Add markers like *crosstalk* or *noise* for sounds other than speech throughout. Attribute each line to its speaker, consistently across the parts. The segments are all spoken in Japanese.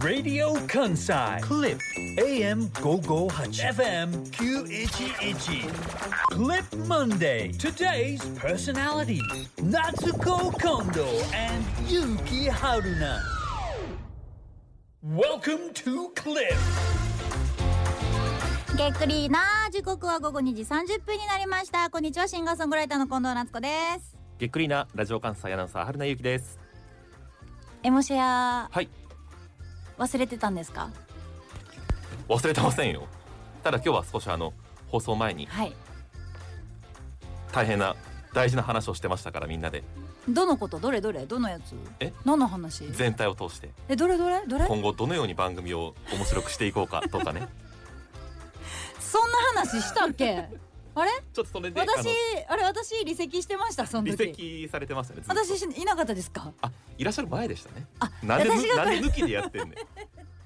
Speaker 1: Radio Kansai Clip AM 558 FM 911 E Clip Monday Today's personality Natsuko Kondo and Yuki Haruna Welcome to Clip
Speaker 2: げっくりな時刻は午後2時30分になりましたこんにちはシンガーソングライターの近藤夏子です
Speaker 3: げっくりなラジオ関西アナウンサー春名ゆうきです。
Speaker 2: エモシェア
Speaker 3: はい、
Speaker 2: 忘れてたんですか
Speaker 3: 忘れてませんよ。ただ今日は少しあの放送前に
Speaker 2: はい
Speaker 3: 大変な大事な話をしてましたからみんなで
Speaker 2: どのことどれどれどのやつ
Speaker 3: え
Speaker 2: 何の話
Speaker 3: 全体を通して
Speaker 2: えどれどれどれ
Speaker 3: 今後どのように番組を面白くしていこうかとかね。
Speaker 2: そんな話したっけあれ
Speaker 3: *laughs* ちょっとそれであの
Speaker 2: 私あれ私離席してましたその
Speaker 3: 離
Speaker 2: 時
Speaker 3: 席されてましたね。ずっと
Speaker 2: 私しいなかったですか
Speaker 3: あいらっしゃる前でしたね。
Speaker 2: あ
Speaker 3: なんで
Speaker 2: 私が
Speaker 3: なんで抜きでやってんねん。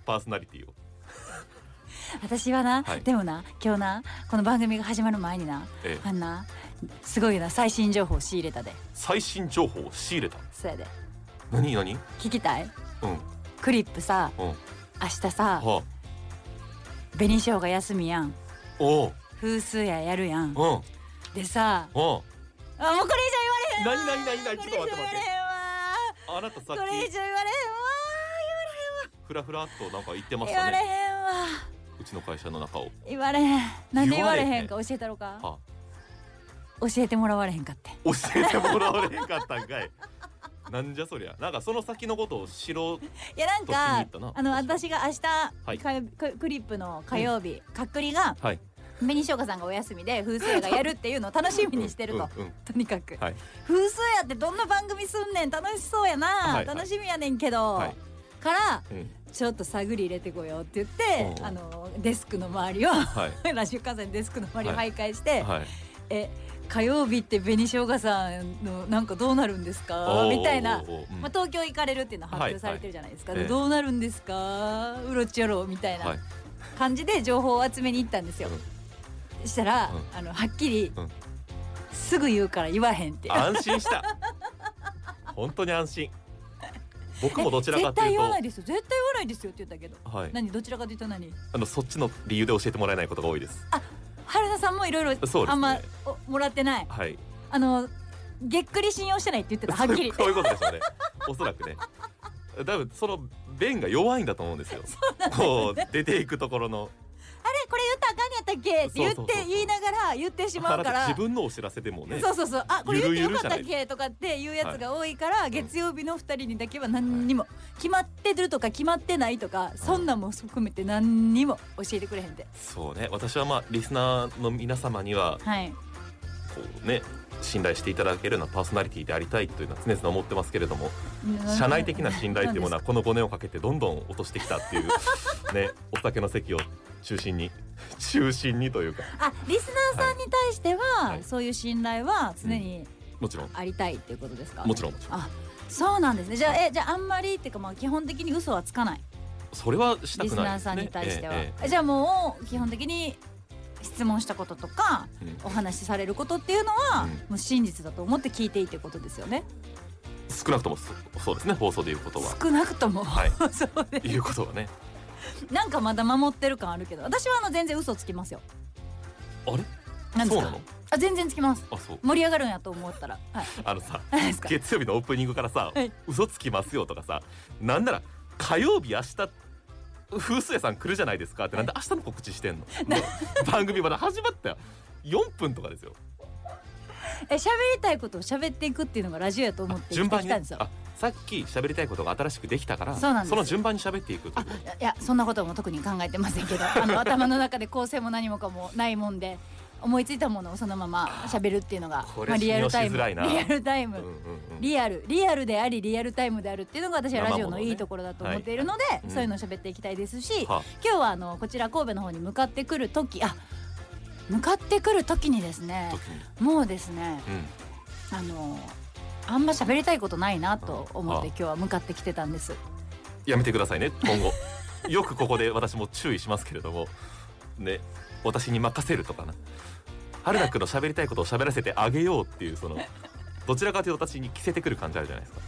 Speaker 3: パーソナリティを。
Speaker 2: 私はな、
Speaker 3: はい
Speaker 2: でもな今日なこの番組が始まる前にな
Speaker 3: ええ
Speaker 2: あんなすごいな最新情報仕入れたで
Speaker 3: 最新情報を仕入れた。
Speaker 2: そやで
Speaker 3: 何何？うん
Speaker 2: 聞きたい
Speaker 3: うん。
Speaker 2: クリップさ
Speaker 3: は
Speaker 2: 明日さ
Speaker 3: あ、
Speaker 2: 紅しょうが休みやん
Speaker 3: おう
Speaker 2: 風数ややるやん
Speaker 3: うんうん。
Speaker 2: でさあもうこれ以上言われへんわ
Speaker 3: 何何何何ちょっと待って待って。あなたさっ
Speaker 2: これ以上
Speaker 3: き
Speaker 2: 言われ
Speaker 3: フラフラっとなんか言ってまし
Speaker 2: へんわ
Speaker 3: た
Speaker 2: これ以上言われ
Speaker 3: ね。
Speaker 2: へんわ
Speaker 3: うちの会社の中を。
Speaker 2: 言われへんわ言われへんなんで言われへん
Speaker 3: 言わ
Speaker 2: か教えたろか
Speaker 3: あ、
Speaker 2: 教えてもらわれへんかって
Speaker 3: 教えてもらわれへんかったんかい。 *laughs* なんじゃそりゃ。なんかその先のことを知ろう。
Speaker 2: いやなんか
Speaker 3: 突然言ったな
Speaker 2: あの
Speaker 3: 確
Speaker 2: 私
Speaker 3: かに
Speaker 2: が明
Speaker 3: はい
Speaker 2: 日、かよククリップの火曜日、かっくりが
Speaker 3: はい。
Speaker 2: 紅しょうがさんがお休みで風水屋がやるっていうのを楽しみにしてると、
Speaker 3: うんうん
Speaker 2: とにかく、
Speaker 3: はい
Speaker 2: 風水屋ってどんな番組すんねん楽しそうやな、
Speaker 3: はいはい
Speaker 2: 楽しみやねんけど、
Speaker 3: はい
Speaker 2: から
Speaker 3: うん。
Speaker 2: ちょっと探り入れてこようって言って、
Speaker 3: うん
Speaker 2: あのデスクの周りを *laughs*
Speaker 3: はい。
Speaker 2: ラジオ火災のデスクの周りを
Speaker 3: は
Speaker 2: 徘徊して、
Speaker 3: はい。
Speaker 2: え火曜日って紅しょうがさんのなんかどうなるんですか
Speaker 3: おー
Speaker 2: みたいな
Speaker 3: お。ーおーうん
Speaker 2: まあ、東京行かれるっていうのは発表されてるじゃないですか、
Speaker 3: はいはいええ
Speaker 2: どうなるんですか、うろちょろみたい
Speaker 3: は。
Speaker 2: ない感じで情報を集めに行ったんですよ、したら、
Speaker 3: う
Speaker 2: あのはっきり、
Speaker 3: うん
Speaker 2: すぐ言うから言わへんって
Speaker 3: 安心した。本当に安心。僕もどちらか
Speaker 2: 絶
Speaker 3: と
Speaker 2: 対
Speaker 3: い
Speaker 2: 言
Speaker 3: うと
Speaker 2: わな。いですよ絶対言わないですよって言ったけど
Speaker 3: はい。
Speaker 2: 何どちらかというと何
Speaker 3: あのそっちの理由で教えてもらえないことが多いです。
Speaker 2: 春菜さんもいろいろ
Speaker 3: そうですね
Speaker 2: あんまおもらってない
Speaker 3: はい。
Speaker 2: あのげっくり信用してないって言ってたはっきり
Speaker 3: そういうことでしょうね。おそらくね。多分その弁が弱いんだと思うんですよ。こう出ていくところの。
Speaker 2: あれこれ言ったらあかんやったっけって言って
Speaker 3: そうそうそうそう
Speaker 2: 言いながら言ってしまうか
Speaker 3: あな
Speaker 2: ら
Speaker 3: た自分のお知らせでもね。
Speaker 2: そうそうそうあこれ言ってよかったっ
Speaker 3: ゆるゆるじゃ
Speaker 2: けとかっていうやつが多いから、
Speaker 3: い
Speaker 2: 月曜日の二人にだけは何にも、決まってるとか決まってないとか、そんなんも含めて何にも教えてくれへんて
Speaker 3: そうね私はまあリスナーの皆様には
Speaker 2: はい
Speaker 3: こうね信頼していただけるようなパーソナリティでありたいというのは常々思ってますけれども社内的な信頼というものはこの5年をかけてどんどん落としてきたっていう
Speaker 2: *laughs*
Speaker 3: ねお酒の席を中心に中心にというか
Speaker 2: あリスナーさんに対しては、
Speaker 3: はい
Speaker 2: そういう信頼は常に
Speaker 3: もちろん
Speaker 2: ありたいっていうことですか、
Speaker 3: もちろんもちろん
Speaker 2: あそうなんですねじゃあえじゃああんまりっていうかまあ基本的に嘘はつかない
Speaker 3: それはした
Speaker 2: リ
Speaker 3: く
Speaker 2: ス
Speaker 3: ない
Speaker 2: ナ
Speaker 3: で
Speaker 2: ー
Speaker 3: すね
Speaker 2: さんに対しては、
Speaker 3: えええ
Speaker 2: じゃあもう基本的に質問したこととか
Speaker 3: えうん
Speaker 2: お話しされることっていうのは、
Speaker 3: うん
Speaker 2: もう真実だと思って聞いていいってことですよね
Speaker 3: 少なくともそそうですね放送でいうことは。
Speaker 2: 少なくとも、
Speaker 3: はい
Speaker 2: *laughs* そうで
Speaker 3: いうことはね
Speaker 2: なんかまだ守ってる感あるけど私はあの全然嘘つきますよ
Speaker 3: あれ
Speaker 2: 何で
Speaker 3: そ
Speaker 2: すか
Speaker 3: うなの
Speaker 2: あ全然つきます
Speaker 3: あそう
Speaker 2: 盛り上がるんやと思ったら
Speaker 3: *laughs*
Speaker 2: はい
Speaker 3: あのさ
Speaker 2: 何ですか
Speaker 3: 月曜日のオープニングからさ、
Speaker 2: はい
Speaker 3: 嘘つきますよとかさなんなら火曜日明日風水屋さん来るじゃないですかってなんで明日の告知
Speaker 2: *laughs*
Speaker 3: してんの、もう番組まだ始まったよ4分と
Speaker 2: *laughs*
Speaker 3: かですよ
Speaker 2: え喋りたいことを喋っていくっていうのがラジオやと思って生きてき
Speaker 3: に
Speaker 2: た
Speaker 3: ね
Speaker 2: んですよ
Speaker 3: あさっき喋りたいことが新しくできたから
Speaker 2: そうなんです
Speaker 3: の順番に喋っていくと
Speaker 2: あいやそんなことも特に考えてません
Speaker 3: *laughs*
Speaker 2: けどあの頭の中で構成も何もかもないもんで思いついたものをそのまま喋るっていうのが
Speaker 3: これ
Speaker 2: まあ、リアルタイム
Speaker 3: 信用しづ
Speaker 2: *laughs*
Speaker 3: らいな
Speaker 2: リアルタイム、
Speaker 3: うんうんうん
Speaker 2: リアルリアルでありリアルタイムであるっていうのが私はラジオのいいところだと思っているので、
Speaker 3: うん
Speaker 2: そういうのを喋っていきたいですし、
Speaker 3: は
Speaker 2: 今日はあのこちら神戸の方に向かってくる時あ向かってくる時にですね
Speaker 3: 時に
Speaker 2: もうですね
Speaker 3: う
Speaker 2: あのあんま喋りたいことないなと思って
Speaker 3: あ
Speaker 2: 今日は向かってきてたんです
Speaker 3: ん、やめてくださいね今後 *laughs* よくここで私も注意しますけれどもね私に任せるとかな春田君の喋りたいことを喋らせてあげようっていう *laughs* そのどちらかというと私に着せてくる感じあるじゃないですか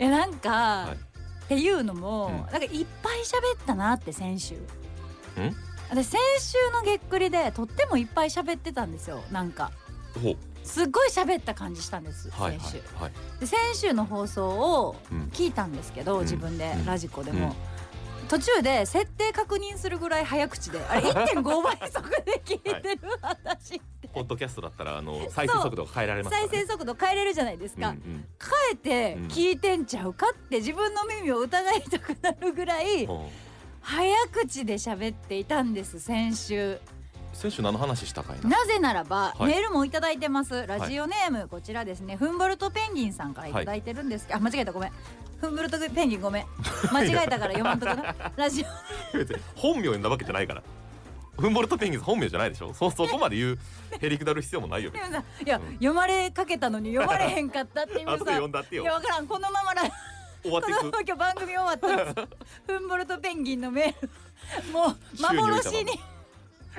Speaker 2: えなんか、
Speaker 3: はい
Speaker 2: っていうのも、
Speaker 3: うん
Speaker 2: なんかいっぱい喋ったなって先週私先週のげっくりでとってもいっぱい喋ってたんですよなんか
Speaker 3: ほう
Speaker 2: すっごい喋った感じしたんです、
Speaker 3: はい
Speaker 2: 先
Speaker 3: は
Speaker 2: 週
Speaker 3: いはい
Speaker 2: で先週の放送を
Speaker 3: うん
Speaker 2: 聞いたんですけど、
Speaker 3: うん
Speaker 2: 自分で、
Speaker 3: うん
Speaker 2: ラジコでも、途中で設定確認するぐらい早口であ
Speaker 3: *laughs*
Speaker 2: れ1.5倍速で聞いてる、私って
Speaker 3: ポッドキャストだったらあの再生速度が変えられますから
Speaker 2: 再
Speaker 3: ね
Speaker 2: 生速度変えれるじゃないですか、
Speaker 3: うんうん
Speaker 2: 変えて聞いてんちゃうかって自分の耳を疑いたくなるぐらい
Speaker 3: うん
Speaker 2: 早口で喋っていたんです先週
Speaker 3: 先週何の話したかいな
Speaker 2: なぜならば、
Speaker 3: はい
Speaker 2: メールもいただいてますラジオネーム、こちらですねフンボルトペンギンさんからいただいてるんですけど、あ間違えたごめんフンボルトペンギンご
Speaker 3: *laughs*
Speaker 2: めん間違えたから読まんとくなラジオ
Speaker 3: 別に本名読んだわけじゃないからフンボルトペンギンズ本名じゃないでしょそうそこまで言うへりくだる必要もないよ別
Speaker 2: ネ
Speaker 3: に
Speaker 2: ームさんいや、読まれかけたのに読まれへんかったっていうさ
Speaker 3: 後で読んだって
Speaker 2: い
Speaker 3: よ
Speaker 2: やわからんこのままラ
Speaker 3: 終わっ
Speaker 2: こ
Speaker 3: てい
Speaker 2: のま
Speaker 3: く
Speaker 2: ま今日番組終わった
Speaker 3: *laughs*
Speaker 2: らフンボルトペンギンのメールもう
Speaker 3: 宙に浮いたまま
Speaker 2: 幻に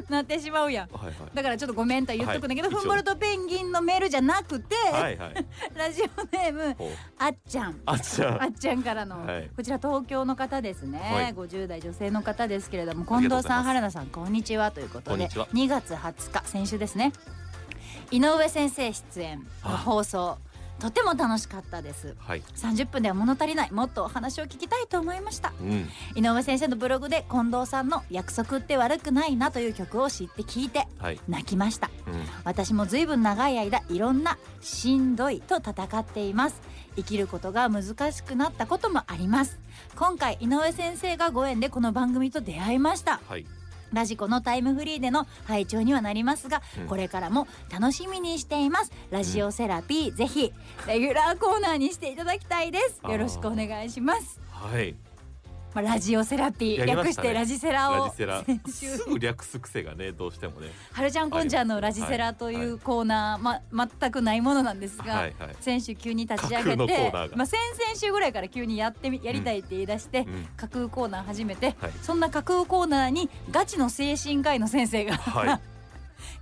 Speaker 2: なってしまうやん
Speaker 3: はいはい
Speaker 2: だからちょっとごめんとは言っとくんだけど、
Speaker 3: はい一応
Speaker 2: フンボルトペンギンのメールじゃなくて、
Speaker 3: はいはい *laughs*
Speaker 2: ラジオネーム
Speaker 3: ほう
Speaker 2: あっちゃん
Speaker 3: あじゃ
Speaker 2: あ
Speaker 3: あ
Speaker 2: っちゃんからの、
Speaker 3: はい
Speaker 2: こちら東京の方ですね、
Speaker 3: はい
Speaker 2: 50代女性の方ですけれども
Speaker 3: あり
Speaker 2: 近藤
Speaker 3: がとうござい
Speaker 2: さ
Speaker 3: ま
Speaker 2: ん
Speaker 3: す
Speaker 2: 原田さんこんにちはということ
Speaker 3: こん
Speaker 2: で
Speaker 3: にちは
Speaker 2: 2月20日先週ですね井上先生出演の放送とても楽しかったです
Speaker 3: はい
Speaker 2: 30分では物足りないもっとお話を聞きたいと思いました
Speaker 3: うん
Speaker 2: 井上先生のブログで近藤さんの「約束って悪くないな」という曲を知って聞いて
Speaker 3: はい
Speaker 2: 泣きました
Speaker 3: うん
Speaker 2: 私も随分長い間いろんなしんどいと戦っています生きることが難しくなったこともあります今回井上先生がご縁でこの番組と出会いました
Speaker 3: はい
Speaker 2: ラジコのタイムフリーでの拝聴にはなりますが、
Speaker 3: うん
Speaker 2: これからも楽しみにしていますラジオセラピー、ぜひレギュラーコーナーにしていただきたいですよろしくお願いします
Speaker 3: はい
Speaker 2: まあ、ラジオセラピー、
Speaker 3: やりま
Speaker 2: 略
Speaker 3: し
Speaker 2: した
Speaker 3: ね
Speaker 2: てラジセラを
Speaker 3: ラジ
Speaker 2: *laughs*
Speaker 3: セラ
Speaker 2: 先週
Speaker 3: すぐ略す癖がねどうしてもね
Speaker 2: はるちゃんこんちゃんのラジセラというコーナー、ま、全くないものなんですが、
Speaker 3: はいはい
Speaker 2: 選手急に立ち上げ
Speaker 3: 架空のコ
Speaker 2: て
Speaker 3: ーナー、が
Speaker 2: まあ、先々週ぐらいから急にやってみやりたいって言い出して、
Speaker 3: うん
Speaker 2: 架空コーナー始めて、
Speaker 3: はい
Speaker 2: そんな架空コーナーにガチの精神科医の先生が *laughs*
Speaker 3: はい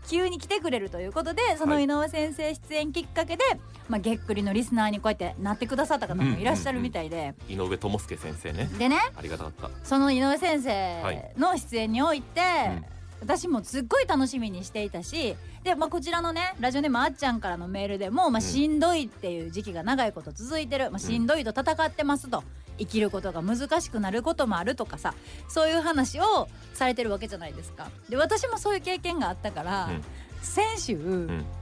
Speaker 2: 急に来てくれるということでその
Speaker 3: はい
Speaker 2: 井上先生出演きっかけで、まあ、げっくりのリスナーにこうやってなってくださった方もいらっしゃるみたいで、
Speaker 3: 井上智介先生ね
Speaker 2: でね
Speaker 3: ありがたかった
Speaker 2: その井上先
Speaker 3: はい
Speaker 2: 生の出演において、私もすっごい楽しみにしていたしで、まあ、こちらのねラジオネームあっちゃんからのメールでも、まあ、
Speaker 3: ん
Speaker 2: しんどいっていう時期が長いこと続いてる、まあ、しんどいと戦ってますと生きることが難しくなることもあるとかさそういう話をされてるわけじゃないですか。で私もそういう経験があったから、
Speaker 3: うん
Speaker 2: 先週、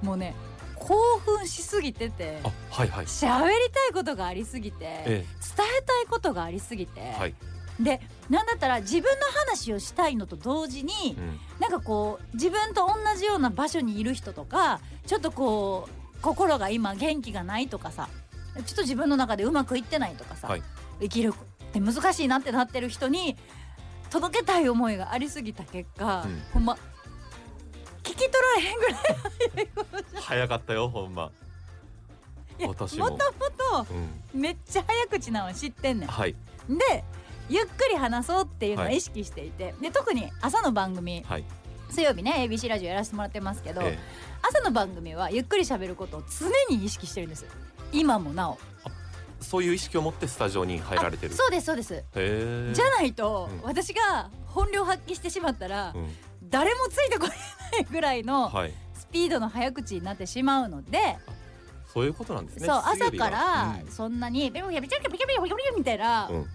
Speaker 2: もうね興奮しすぎてて
Speaker 3: あはいはい
Speaker 2: 喋りたいことがありすぎて、
Speaker 3: え
Speaker 2: 伝えたいことがありすぎて。
Speaker 3: えはい
Speaker 2: でなんだったら自分の話をしたいのと同時に、
Speaker 3: うん
Speaker 2: なんかこう自分と同じような場所にいる人とかちょっとこう心が今元気がないとかさちょっと自分の中でうまくいってないとかさ、
Speaker 3: はい
Speaker 2: 生きるって難しいなってなってる人に届けたい思いがありすぎた結果、
Speaker 3: うん
Speaker 2: ほんま聞き取られへんぐらい
Speaker 3: 早かったよほんま
Speaker 2: いや
Speaker 3: 私も
Speaker 2: もともと
Speaker 3: うん
Speaker 2: めっちゃ早口なのは知ってんねん。
Speaker 3: はい
Speaker 2: でゆっくり話そうっていうのを
Speaker 3: はい
Speaker 2: 意識していて、で特に朝の番組
Speaker 3: はい
Speaker 2: 水曜日ね ABC ラジオやらせてもらってますけど、
Speaker 3: ええ
Speaker 2: 朝の番組はゆっくり喋ることを常に意識してるんです今もなお
Speaker 3: そういう意識を持ってスタジオに入られてる
Speaker 2: あそうですそうです
Speaker 3: へえ
Speaker 2: じゃないと、
Speaker 3: うん
Speaker 2: 私が本領発揮してしまったら、
Speaker 3: うん
Speaker 2: 誰もついてこれないぐらいの
Speaker 3: はい
Speaker 2: スピードの早口になってしまうので、
Speaker 3: そういうことなんですね
Speaker 2: そう
Speaker 3: 水曜
Speaker 2: 朝
Speaker 3: 日が
Speaker 2: からそんなに「ビャビャビャビャビャビャビャビャ」みたいな
Speaker 3: う、んうん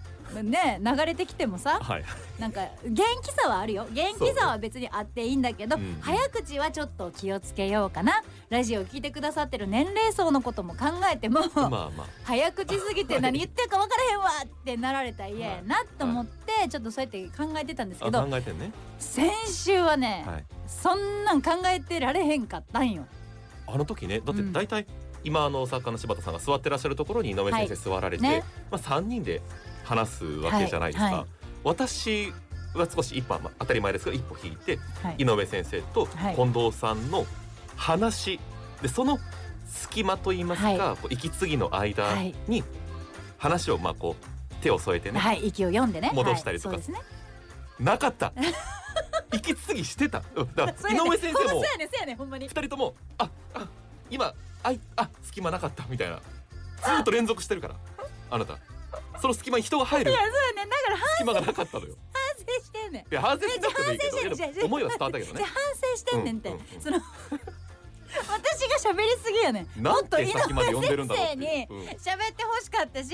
Speaker 2: ね流れてきてもさ
Speaker 3: はい
Speaker 2: なんか元気さはあるよ元気さは別にあっていいんだけど、
Speaker 3: そうねうん
Speaker 2: 早口はちょっと気をつけようかなラジオ聞いてくださってる年齢層のことも考えても、
Speaker 3: *laughs* まあま
Speaker 2: 早口すぎて何言ってるか分からへんわってなられたら嫌やなと思ってちょっとそうやって考えてたんです
Speaker 3: あ
Speaker 2: け
Speaker 3: あ
Speaker 2: ど
Speaker 3: 考えてんね
Speaker 2: 先週はね
Speaker 3: はい
Speaker 2: そんなん考えてられへんかったんよ
Speaker 3: あの時ねだって
Speaker 2: うん
Speaker 3: 大体今あの作家の柴田さんが座ってらっしゃるところに井上先生座られて、
Speaker 2: はいね
Speaker 3: まあ、3人で話すわけじゃないですか、
Speaker 2: はいはい
Speaker 3: 私は少し一歩、まあ、当たり前ですが一歩引いて
Speaker 2: はい
Speaker 3: 井上先生と
Speaker 2: はい
Speaker 3: 近藤さんの話、でその隙間といいますか、
Speaker 2: は
Speaker 3: こう息継ぎの間に話をまあこう手を添えてね、
Speaker 2: はい息を読んでね
Speaker 3: 戻したりとか
Speaker 2: はいそうですね
Speaker 3: なかった
Speaker 2: *laughs*
Speaker 3: 息継ぎしてたうんだから井
Speaker 2: そうやね
Speaker 3: 上先生
Speaker 2: ほん
Speaker 3: も
Speaker 2: まそうやねそうやねほんまに
Speaker 3: 二人ともああ今あいあ隙間なかったみたいなずっと連続してるからあなたその隙間に人が入る
Speaker 2: いやそうやねんだから反
Speaker 3: 隙間がなかったのよ
Speaker 2: 省してんねん
Speaker 3: いや反省しなくてもいいけど
Speaker 2: 反省して
Speaker 3: い
Speaker 2: る
Speaker 3: やでも思いは伝わったけど
Speaker 2: じゃ
Speaker 3: ね
Speaker 2: あ反省してんねんって、
Speaker 3: うんうんうん
Speaker 2: その *laughs* 私が喋りすぎやねん
Speaker 3: な
Speaker 2: も
Speaker 3: ん
Speaker 2: っと
Speaker 3: て
Speaker 2: 井上
Speaker 3: 先まで呼んでるんだ
Speaker 2: 先
Speaker 3: ろう
Speaker 2: 生
Speaker 3: って
Speaker 2: に
Speaker 3: いう
Speaker 2: *laughs* 喋ってほしかったし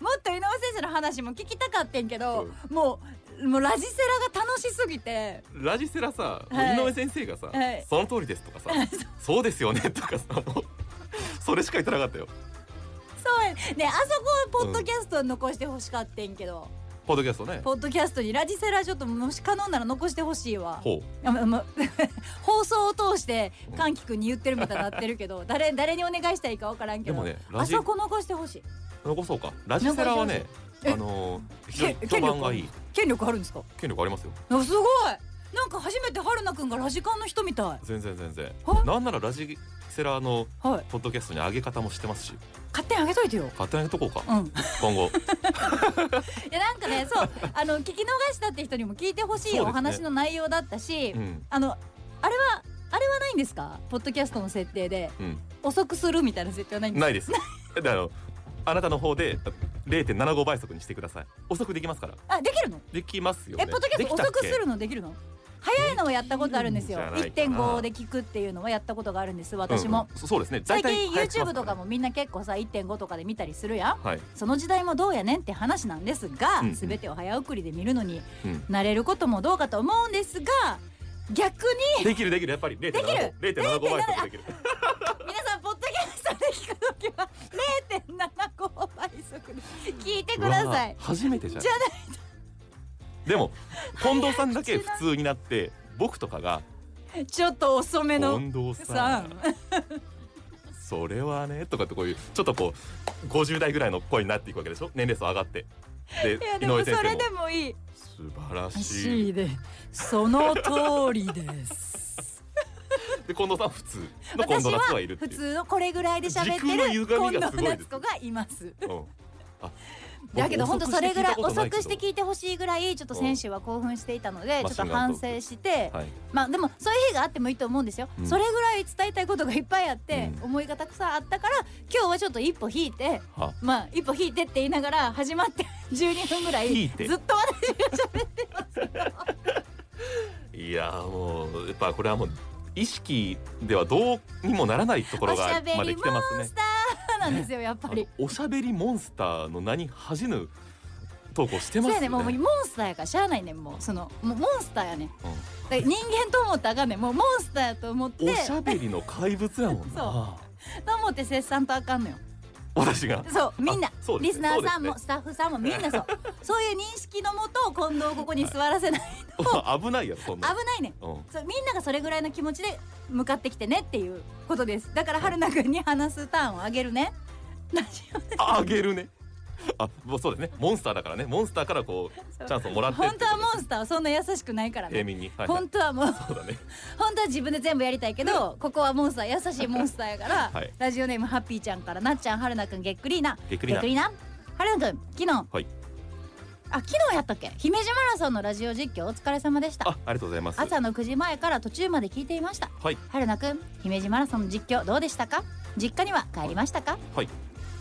Speaker 2: もっと井上先生の話も聞きたかってんけど、もうもうラジセラが楽しすぎて
Speaker 3: ラジセラさ、
Speaker 2: はい
Speaker 3: 井上先生がさ、
Speaker 2: はい
Speaker 3: その通りですとかさ、そうですよねとかさ、もうそれしか言ってなかったよ。
Speaker 2: そうやねあそこをポッドキャストに残してほしかってんけど、
Speaker 3: ポッドキャストね。
Speaker 2: ポッドキャストにラジセラちょっともし可能なら残してほしいわ
Speaker 3: ほ
Speaker 2: あま *laughs* ま放送を通して歓喜くんに言ってるみたいになってるけ
Speaker 3: *laughs*
Speaker 2: ど誰誰にお願いしたらいいか分からんけ
Speaker 3: で
Speaker 2: ど、
Speaker 3: もねラ
Speaker 2: あ
Speaker 3: ジ、
Speaker 2: そこ残してほしいう
Speaker 3: 残そうか。ラジセラはね、
Speaker 2: 残し
Speaker 3: あ
Speaker 2: てほしい
Speaker 3: のー、非常に
Speaker 2: け
Speaker 3: 評判がいい。
Speaker 2: 権力あるんですか
Speaker 3: 権力ありますよ。
Speaker 2: あすごいなんか初めて春菜くんがラジカンの人みたい
Speaker 3: 全然全然
Speaker 2: は。
Speaker 3: なんならラジセラの
Speaker 2: はい
Speaker 3: ポッドキャストに上げ方も知ってますし、
Speaker 2: 勝手にあげといてよ
Speaker 3: 勝手に上げとこうか。
Speaker 2: うん、い
Speaker 3: 今
Speaker 2: *laughs*
Speaker 3: 後、
Speaker 2: やなんかねそうあの聞き逃したって人にも聞いてほし
Speaker 3: そう
Speaker 2: い
Speaker 3: です
Speaker 2: お
Speaker 3: ね
Speaker 2: 話の内容だったし、
Speaker 3: うん
Speaker 2: あのあれはあれはないんですかポッドキャストの設定で
Speaker 3: うん、
Speaker 2: 遅くするみたいな設定はないんですか
Speaker 3: ないです。であの、あなたの方で0.75倍速にしてください。遅くできますから。
Speaker 2: あできるの
Speaker 3: できますよね。
Speaker 2: えポッドキャ
Speaker 3: で
Speaker 2: ス
Speaker 3: き
Speaker 2: ト
Speaker 3: たっ
Speaker 2: 遅く
Speaker 3: け
Speaker 2: するのできるの早いのはやったことあるんですよ
Speaker 3: できるんじゃないかな
Speaker 2: 1.5で聞くっていうのはやったことがあるんです私も、
Speaker 3: うんうんそそうですね
Speaker 2: 最
Speaker 3: 大体
Speaker 2: 近
Speaker 3: 早くします
Speaker 2: YouTube とかもみんな結構さ1.5とかで見たりするやん
Speaker 3: らはい、
Speaker 2: その時代もどうやねんって話なんですが、
Speaker 3: うんうん
Speaker 2: 全てを早送りで見るのに
Speaker 3: うん、
Speaker 2: 慣れることもどうかと思うんですが逆に
Speaker 3: できるできるやっぱり0.75
Speaker 2: きる
Speaker 3: 0.75倍速できる
Speaker 2: 皆さんポッドキャストで聞くときは0.75倍速で聞いてくださ
Speaker 3: うわ
Speaker 2: い。
Speaker 3: 初めてじゃん
Speaker 2: じゃ
Speaker 3: でも近藤さんだけ普通になって僕とかが
Speaker 2: ないちょっと遅めの
Speaker 3: 近藤さ
Speaker 2: さ
Speaker 3: ん
Speaker 2: ん。
Speaker 3: それはねとかってこういうちょっとこう50代ぐらいの声になっていくわけでしょ年齢層上がってで
Speaker 2: いや
Speaker 3: 井
Speaker 2: でも
Speaker 3: 上先
Speaker 2: そ
Speaker 3: 生
Speaker 2: れ
Speaker 3: も
Speaker 2: でもいい。
Speaker 3: 素晴らしい
Speaker 2: C でその通りです。
Speaker 3: で近藤さんは普通の
Speaker 2: 私
Speaker 3: 近藤夏
Speaker 2: は
Speaker 3: はいるって
Speaker 2: 普
Speaker 3: いう、
Speaker 2: 通のこれぐらいで喋って
Speaker 3: 時
Speaker 2: る
Speaker 3: 空
Speaker 2: 近
Speaker 3: の歪みがす
Speaker 2: 藤
Speaker 3: ごいです
Speaker 2: 夏子がいます。
Speaker 3: うん、あ
Speaker 2: だけど本当それぐらい遅くして
Speaker 3: い
Speaker 2: 聞いてほしいぐらいちょっと選手は興奮していたので
Speaker 3: うん
Speaker 2: ちょっと反省して
Speaker 3: たはい、
Speaker 2: まあでもそういう日があってもいいと思うんですよ、
Speaker 3: うん
Speaker 2: それぐらい伝えたいことがいっぱいあって、
Speaker 3: うん
Speaker 2: 思いがたくさんあったから今日はちょっと一歩引いて
Speaker 3: は
Speaker 2: まあ一歩引いてって言いながら始まって12分 *laughs* ぐらい
Speaker 3: 引い
Speaker 2: ず
Speaker 3: て
Speaker 2: っと私
Speaker 3: いやーもうやっぱこれはもう意識ではどうにもならないところ
Speaker 2: おしゃ
Speaker 3: が
Speaker 2: べ
Speaker 3: まで
Speaker 2: り
Speaker 3: 来
Speaker 2: モ
Speaker 3: てます
Speaker 2: ン
Speaker 3: ね
Speaker 2: ス。ターなんですよやっぱり。
Speaker 3: あのおしゃべりモンスターの名に恥じぬ投稿して
Speaker 2: そ
Speaker 3: ま
Speaker 2: うや
Speaker 3: す
Speaker 2: ね
Speaker 3: よね。
Speaker 2: もうモンスターやからしゃあないねんもうそのもうモンスターやねん
Speaker 3: う
Speaker 2: だから人間と思ったらあかんねんもうモンスターやと思って
Speaker 3: んおしゃべりの怪物やもんな。
Speaker 2: と思って切算とあかんのよ
Speaker 3: 私が。
Speaker 2: そうみんな
Speaker 3: あそうで
Speaker 2: リ
Speaker 3: す
Speaker 2: ス
Speaker 3: ね
Speaker 2: ナーさんも、
Speaker 3: そうです
Speaker 2: スタッフさんもみんなそうそういう認識のもと近藤をここに座らせない、
Speaker 3: *laughs* 危ないやろそん
Speaker 2: 危
Speaker 3: な。
Speaker 2: ないねん
Speaker 3: うん。
Speaker 2: そうみんながそれぐらいの気持ちで向かってきてねっていうことですだから春菜くんに話すターンをあげる
Speaker 3: *laughs*
Speaker 2: ねラジオ
Speaker 3: ああげるね。あもうそうですね。モンスターだからね。モンスターからこうチャンスをもらって
Speaker 2: 本当はモン
Speaker 3: ス
Speaker 2: スターはそんな優しくないから
Speaker 3: 平
Speaker 2: ね
Speaker 3: 民に。はいはい
Speaker 2: 本当はもう
Speaker 3: そうだね。
Speaker 2: 本当は自分で全部やりたいけ
Speaker 3: *laughs*
Speaker 2: どここはモンスター優しいモンスターやから、
Speaker 3: はい
Speaker 2: ラジオネームハッピーちゃんからなっちゃん春菜くんげっくりーな
Speaker 3: げっくりな
Speaker 2: げっくりな春菜くん昨日、
Speaker 3: はい
Speaker 2: あ昨日やったっけ姫路マラソンのラジオ実況お疲れ様でした
Speaker 3: あありがとうございます。
Speaker 2: 朝の9時前から途中まで聞いていました
Speaker 3: はい
Speaker 2: 春菜くん姫路マラソンの実況どうでしたか実家には帰りましたか
Speaker 3: はい。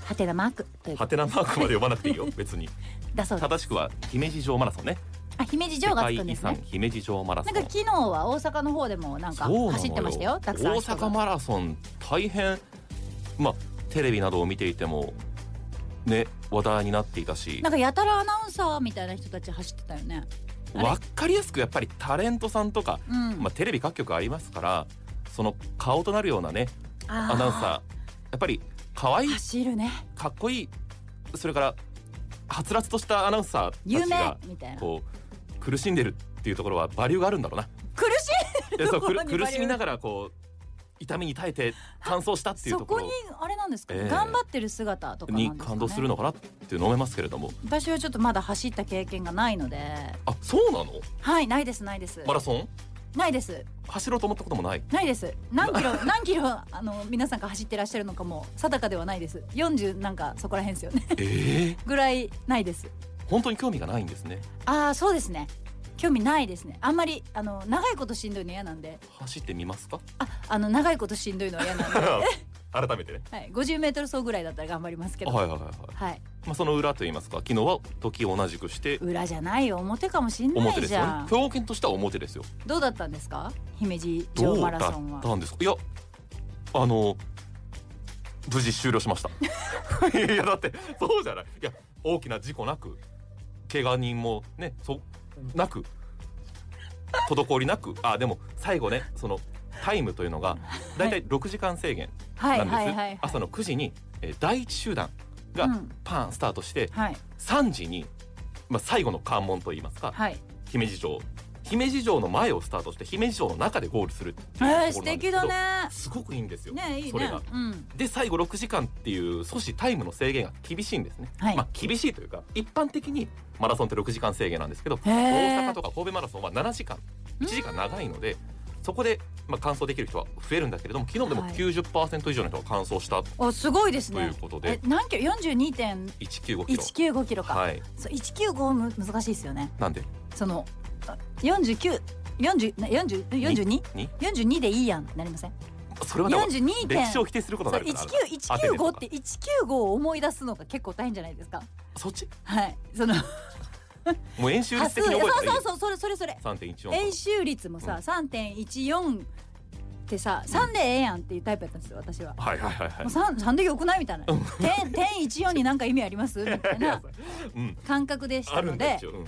Speaker 2: はてなマークというこ
Speaker 3: ハ
Speaker 2: と
Speaker 3: テナマークまで呼ばなくていいよ別に。
Speaker 2: だそうです
Speaker 3: 正しくは姫路城マラソンね。
Speaker 2: あ姫路
Speaker 3: 世
Speaker 2: 城がつ
Speaker 3: 界
Speaker 2: くんで
Speaker 3: 遺
Speaker 2: す
Speaker 3: 産
Speaker 2: ね
Speaker 3: 姫路城マラソ
Speaker 2: な
Speaker 3: ン
Speaker 2: んか昨日は大阪の方でもなんか
Speaker 3: そうなのよ
Speaker 2: 走ってましたよたくさん
Speaker 3: 大
Speaker 2: 人が
Speaker 3: 阪マラソン大変まあテレビなどを見ていてもね話題になっていたし
Speaker 2: なんかやたらアナウンサーみたいな人たち走ってたよねあれ
Speaker 3: わかりやすくやっぱりタレントさんとか、
Speaker 2: うん
Speaker 3: まあ、テレビ各局ありますからその顔となるようなねアナウンサーやっぱり可愛い
Speaker 2: 走るね
Speaker 3: かっこいいそれからはつらつとしたアナウンサー
Speaker 2: 有
Speaker 3: たち
Speaker 2: 名
Speaker 3: が
Speaker 2: みたいな
Speaker 3: こう苦しんでるっていうところはバリューがあるんだ
Speaker 2: *laughs*
Speaker 3: ろうな
Speaker 2: 苦し
Speaker 3: いやそう
Speaker 2: どこにバ
Speaker 3: 苦
Speaker 2: リュー
Speaker 3: 苦しみながらこう痛みに耐えて完走したっ
Speaker 2: い
Speaker 3: ていう
Speaker 2: そ
Speaker 3: とこ
Speaker 2: こ
Speaker 3: ろ
Speaker 2: にあれなんですか、
Speaker 3: ええ
Speaker 2: 頑張ってる姿とかなんです
Speaker 3: に
Speaker 2: か、ね、
Speaker 3: 感動するのかなっていうのを思いますけれども
Speaker 2: 私はちょっとまだ走った経験がないので
Speaker 3: あそうなの
Speaker 2: はいないですないです
Speaker 3: マラソン
Speaker 2: ないです
Speaker 3: 走ろうと思ったこともない
Speaker 2: ないです何
Speaker 3: *laughs*
Speaker 2: キロ何キロあの皆さんが走ってらっしゃるのかも定かではないです40なんかそこら辺ですよね *laughs*
Speaker 3: ええ
Speaker 2: ぐらいないです
Speaker 3: 本当に興味がないんですね
Speaker 2: ああそうですね興味ないですねあんまりあの長いことしんどいの嫌なんで
Speaker 3: 走ってみますか
Speaker 2: ああの長いことしんどいのは嫌なんで
Speaker 3: *laughs* 改めてね
Speaker 2: はい、50メートル走ぐらいだったら頑張りますけど、
Speaker 3: はいはいはいはい、
Speaker 2: はい、
Speaker 3: まあ、その裏といいますか昨日は時を同じくして
Speaker 2: 裏じゃないよ表かもしんな
Speaker 3: 表
Speaker 2: い
Speaker 3: です
Speaker 2: じ
Speaker 3: よ
Speaker 2: ゃ
Speaker 3: ね
Speaker 2: ん
Speaker 3: 表現としては表ですよ
Speaker 2: どうだったんですか姫路
Speaker 3: ど
Speaker 2: 城
Speaker 3: う
Speaker 2: マ
Speaker 3: だ
Speaker 2: ラソンは
Speaker 3: ったんですかいやあの無事終了しました
Speaker 2: *laughs*
Speaker 3: いやだってそうじゃないいや大きな事故なく怪我人もねそなく滞りなくあでも最後ねそのタイムというのがだいたい6時間制限
Speaker 2: は
Speaker 3: ないんです、
Speaker 2: はいはいはい
Speaker 3: 朝の9時に、えー第一集団が
Speaker 2: うん
Speaker 3: パーンスタートして、
Speaker 2: はい
Speaker 3: 3時に、まあ、最後の関門といいますか、
Speaker 2: はい
Speaker 3: 姫路城姫路城の前をスタートして姫路城の中でゴールするっていうと
Speaker 2: え
Speaker 3: ころ
Speaker 2: ー、
Speaker 3: なんです
Speaker 2: 素
Speaker 3: けど
Speaker 2: 敵だね
Speaker 3: すごくいいんですよ、
Speaker 2: ねいい
Speaker 3: それ
Speaker 2: ね
Speaker 3: が
Speaker 2: うん
Speaker 3: で最後6時間っていう阻止タイムの制限が厳しいんですね、
Speaker 2: はい
Speaker 3: まあ厳しいというか一般的にマラソンって6時間制限なんですけ
Speaker 2: へ
Speaker 3: ど
Speaker 2: ー
Speaker 3: 大阪とか神戸マラソンは7時間1時間長いのでそこでまあ完走できる人は増えるんだけれども昨日でも
Speaker 2: はい
Speaker 3: 90%以上の人が完走した
Speaker 2: おすごいです
Speaker 3: とい
Speaker 2: ね
Speaker 3: うことで
Speaker 2: え何キロ42.195
Speaker 3: 195キロ
Speaker 2: キロか、
Speaker 3: はい
Speaker 2: そう195む難しいですよね
Speaker 3: なんで
Speaker 2: そのあ49 40な40 42?
Speaker 3: に
Speaker 2: 42でいいやんってなりません
Speaker 3: それはでも
Speaker 2: 42
Speaker 3: 歴
Speaker 2: 点
Speaker 3: 史を否定することに
Speaker 2: そ
Speaker 3: な
Speaker 2: う
Speaker 3: るから当てれる
Speaker 2: 19195
Speaker 3: と
Speaker 2: っ
Speaker 3: か
Speaker 2: て195を思い出すのが結構大変じゃないですか
Speaker 3: そっち
Speaker 2: はいその
Speaker 3: もう演習
Speaker 2: 多
Speaker 3: 率
Speaker 2: 数
Speaker 3: 的に
Speaker 2: そう
Speaker 3: 覚えたらいいよ
Speaker 2: そうそうそれそれそれ
Speaker 3: 3.14
Speaker 2: 円周率も
Speaker 3: う
Speaker 2: さ
Speaker 3: ん
Speaker 2: 3.14ってさ3でええやんっていうタイプやったんですよ私は。
Speaker 3: はいはいはいはい
Speaker 2: もう 3, 3でよくないみたいな点点14になんか意味ありますみたいな
Speaker 3: うん
Speaker 2: 感覚でし
Speaker 3: あ
Speaker 2: た
Speaker 3: る
Speaker 2: の
Speaker 3: んで
Speaker 2: です
Speaker 3: よ、うん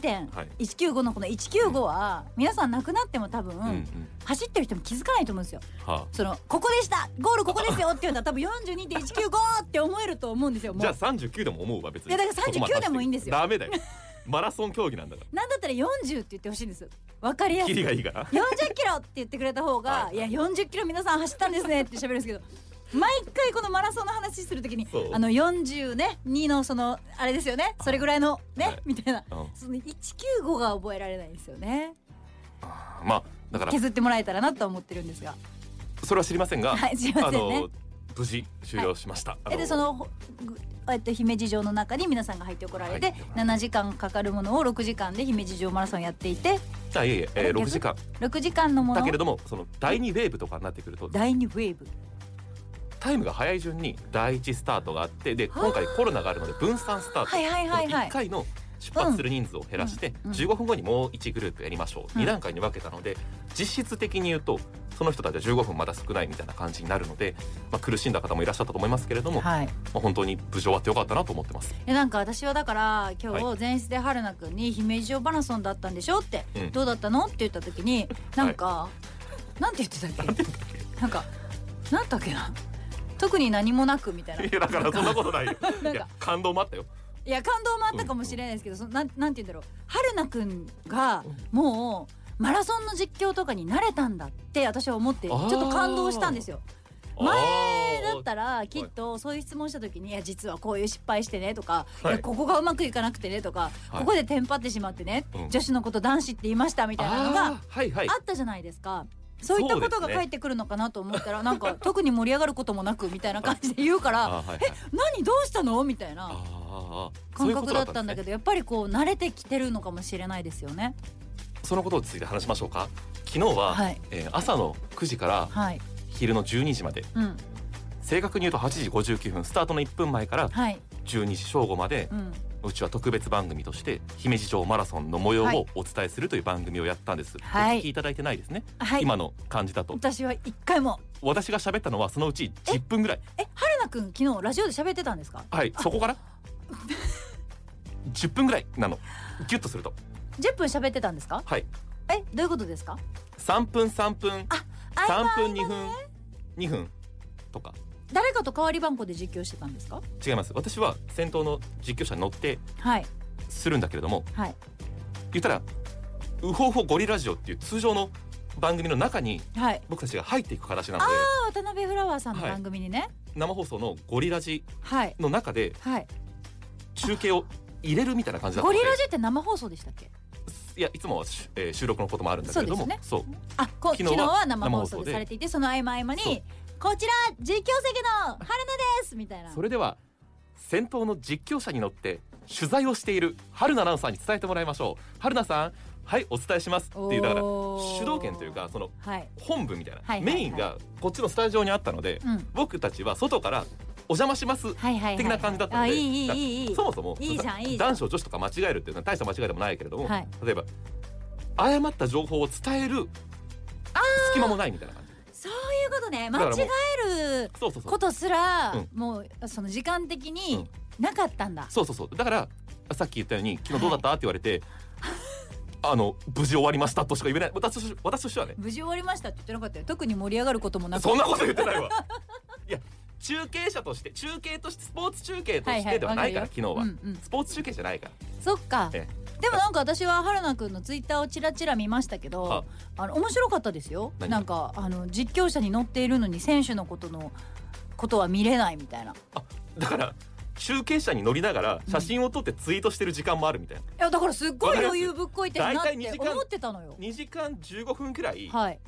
Speaker 2: 42.195のこの195は皆さんなくなっても多
Speaker 3: うんう
Speaker 2: 分
Speaker 3: ん
Speaker 2: 走ってる人も気づかないと思うんですよ。
Speaker 3: はあ
Speaker 2: そのここでしたゴールここですよっていうのは多分42.195って思えると思うんですよもう
Speaker 3: じゃあ39でも思うわ別に
Speaker 2: いやだから39
Speaker 3: そこま走って
Speaker 2: でもいいんですよ
Speaker 3: ダメ
Speaker 2: *laughs*
Speaker 3: だよマラソン競技なんだか
Speaker 2: なんだったら40って言ってほしいんですわかりや
Speaker 3: ら
Speaker 2: す
Speaker 3: キ
Speaker 2: い
Speaker 3: リがいいから
Speaker 2: 40キロって言ってくれた方が「
Speaker 3: はい
Speaker 2: いや40キロ皆さん走ったんですね」って喋るんです
Speaker 3: *laughs*
Speaker 2: けど毎回このマラソンの話するときに
Speaker 3: そう
Speaker 2: あの40ね2のそのあれですよねそれぐらいのね、
Speaker 3: はい
Speaker 2: みたいな
Speaker 3: うん
Speaker 2: その195が覚えられないんですよね
Speaker 3: まあだから
Speaker 2: 削ってもらえたらなとは思ってるんですが
Speaker 3: それは知りませんが
Speaker 2: はいすいませ
Speaker 3: あ
Speaker 2: んね
Speaker 3: の無事終了しましたあ
Speaker 2: えでそのほぐえっと姫路城の中に皆さんが入ってこられて、
Speaker 3: はい
Speaker 2: 7時間かかるものを6時間で姫路城マラソンやっていて
Speaker 3: あいえいええー
Speaker 2: あれ
Speaker 3: 6時間
Speaker 2: 6時間のもの
Speaker 3: だ
Speaker 2: を
Speaker 3: けれどもその第2ウェーブとかになってくると
Speaker 2: 第2ウェーブ
Speaker 3: タイムが早い順に第1スタートがあってで今回コロナがあるので分散スタート
Speaker 2: はいはいはいはい
Speaker 3: 1回の出発する人数を減らして
Speaker 2: うんうん
Speaker 3: 15分後にもう1グループやりましょう
Speaker 2: うん
Speaker 3: 2段階に分けたので実質的に言うとその人たちは15分まだ少ないみたいな感じになるので、まあ、苦しんだ方もいらっしゃったと思いますけれども、ま
Speaker 2: はい
Speaker 3: あ、本当に無事終わってよかったなと思って
Speaker 2: *laughs*
Speaker 3: ます。
Speaker 2: えなんか私はだから今
Speaker 3: は
Speaker 2: 日前室で春菜くんに「姫路城マラソンだったんでしょ?」って
Speaker 3: う
Speaker 2: 「
Speaker 3: ん
Speaker 2: どうだったの?」って言った時になんか、なんて言ってたっけなんかなんだっけな特に何もなくみたいない
Speaker 3: やだからそんなことないよ。
Speaker 2: *laughs* なん
Speaker 3: い
Speaker 2: か
Speaker 3: や感動もあったよ。
Speaker 2: いや感動もあったかもしれないですけど、そのなんなんて言うんだろう春菜くんがもうマラソンの実況とかに慣れたんだって私は思ってち
Speaker 3: あ
Speaker 2: ょ
Speaker 3: ー
Speaker 2: っと感動したんですよ。
Speaker 3: 前
Speaker 2: だったらきっとそういう質問した時に「いや実はこういう失敗してね」とか、い
Speaker 3: はい
Speaker 2: やここがうまくいかなくてね」とか、
Speaker 3: はい
Speaker 2: ここでテンパってしまってね、
Speaker 3: うん
Speaker 2: 女子のこと男子って言いました」みたいなのが
Speaker 3: あーはいはい
Speaker 2: あったじゃないですか。そういったこと
Speaker 3: そうです
Speaker 2: が
Speaker 3: ね
Speaker 2: 返ってくるのかなと思ったら、なんか特に盛り上がることもなくみたいな感じで言うから
Speaker 3: *laughs* あーはいはい
Speaker 2: 「何どうしたの?」みたいな
Speaker 3: あーあーそう
Speaker 2: 感
Speaker 3: いうこ
Speaker 2: 覚
Speaker 3: と
Speaker 2: だったんだ
Speaker 3: ね
Speaker 2: けどやっぱりこう慣れてきてるのかもしれないですよね。
Speaker 3: そのことについて話しましょうか昨日は、
Speaker 2: はい
Speaker 3: えー朝の9時から
Speaker 2: はい、
Speaker 3: 昼の12時まで
Speaker 2: うん、
Speaker 3: 正確に言うと8時59分スタートの1分前から
Speaker 2: はい、
Speaker 3: 12時正午まで
Speaker 2: うん、
Speaker 3: うちは特別番組として姫路城マラソンの模様
Speaker 2: は
Speaker 3: を
Speaker 2: い
Speaker 3: お伝えするという番組をやったんです、
Speaker 2: はい
Speaker 3: お聞きいただいてないですね、
Speaker 2: はい、
Speaker 3: 今の感じだと
Speaker 2: 私は一回も
Speaker 3: 私が喋ったのはそのうち10分ぐらい
Speaker 2: え春菜くん昨日ラジオで喋ってたんですか
Speaker 3: はいそこから10分ぐらいなのギュッとすると
Speaker 2: 10分喋ってたんですか
Speaker 3: はい
Speaker 2: えどういうことですか
Speaker 3: 3分3分
Speaker 2: あ今
Speaker 3: 3分2分2分とか
Speaker 2: 誰かと代わり番号で実況してたんですか
Speaker 3: 違います私は先頭の実況者に乗って
Speaker 2: はい
Speaker 3: するんだけれども
Speaker 2: はい
Speaker 3: 言ったら「ウホウホゴリラジオ」っていう通常の番組の中に
Speaker 2: はい
Speaker 3: 僕たちが入っていく形なので
Speaker 2: 渡辺フラワーさんの番組にね
Speaker 3: 生放送の「ゴリラジ
Speaker 2: はい」
Speaker 3: の中で
Speaker 2: はい、
Speaker 3: 中継を入れるみたいな感じだった
Speaker 2: ゴ
Speaker 3: ので
Speaker 2: リラジって生放送でしたっけ
Speaker 3: いやいつもはしえー収録のこともあるんだけれども
Speaker 2: そうです
Speaker 3: そう,、
Speaker 2: あこ
Speaker 3: 昨
Speaker 2: 昨
Speaker 3: 日は
Speaker 2: 日は生放
Speaker 3: 生放送
Speaker 2: 送
Speaker 3: で
Speaker 2: でされていてその合間合間
Speaker 3: そう
Speaker 2: にこちら実況席の春菜ですみたいな
Speaker 3: それでは先頭の実況者に乗って取材をしている春菜アナウンサーに伝えてもらいましょう春菜さんはいお伝えしますっていうだから
Speaker 2: おー
Speaker 3: 主導権というかその
Speaker 2: はい
Speaker 3: 本部みたいな、
Speaker 2: はいはいはい
Speaker 3: メインがこっちのスタジオにあったので、
Speaker 2: うん
Speaker 3: 僕たちは外からお邪魔しま
Speaker 2: は
Speaker 3: す
Speaker 2: いはいはい
Speaker 3: 的な感じだったので
Speaker 2: あいいいいいいいい
Speaker 3: そもそも
Speaker 2: いいじゃんいいじゃん
Speaker 3: 男子を女子とか間違えるっていうのは大した間違いでもないけれども、
Speaker 2: はい
Speaker 3: 例えば誤った情報を伝える隙間もないみたいな感じ
Speaker 2: そういうことね
Speaker 3: だ
Speaker 2: 間
Speaker 3: からもう
Speaker 2: 違える
Speaker 3: そうそうそう
Speaker 2: ことすら、
Speaker 3: うん
Speaker 2: もうその時間的になかったんだ、
Speaker 3: そうそうそうだからさっき言ったように昨日どうだったって言われて、あの無事終わりましたとしか言えない私とし私としてはね
Speaker 2: 無事終わりましたって言ってなかったよ特に盛り上がることもなく
Speaker 3: そんなこと言ってないわいや中継者として中継としてスポーツ中継と
Speaker 2: はい
Speaker 3: し
Speaker 2: はい
Speaker 3: てではないから、
Speaker 2: わかる
Speaker 3: 昨
Speaker 2: よ
Speaker 3: 日は、
Speaker 2: うんうん
Speaker 3: スポーツ中継じゃないから
Speaker 2: そっか
Speaker 3: え
Speaker 2: でもなんか私は春菜くんのツイッターをちらちら見ましたけど
Speaker 3: は
Speaker 2: あの面白かったですよ
Speaker 3: 何が
Speaker 2: なんかあの実況者に乗っているのに選手のことのことは見れないみたいない
Speaker 3: だから中継車に乗りながら写真を撮ってツイートしてる時間もあるみたいな、
Speaker 2: やだからすっご
Speaker 3: わ
Speaker 2: い
Speaker 3: かります
Speaker 2: 余裕ぶっこいてるなっ
Speaker 3: 大体
Speaker 2: て
Speaker 3: 2時間
Speaker 2: 思ってたのよ
Speaker 3: 2時間15分くらい
Speaker 2: はい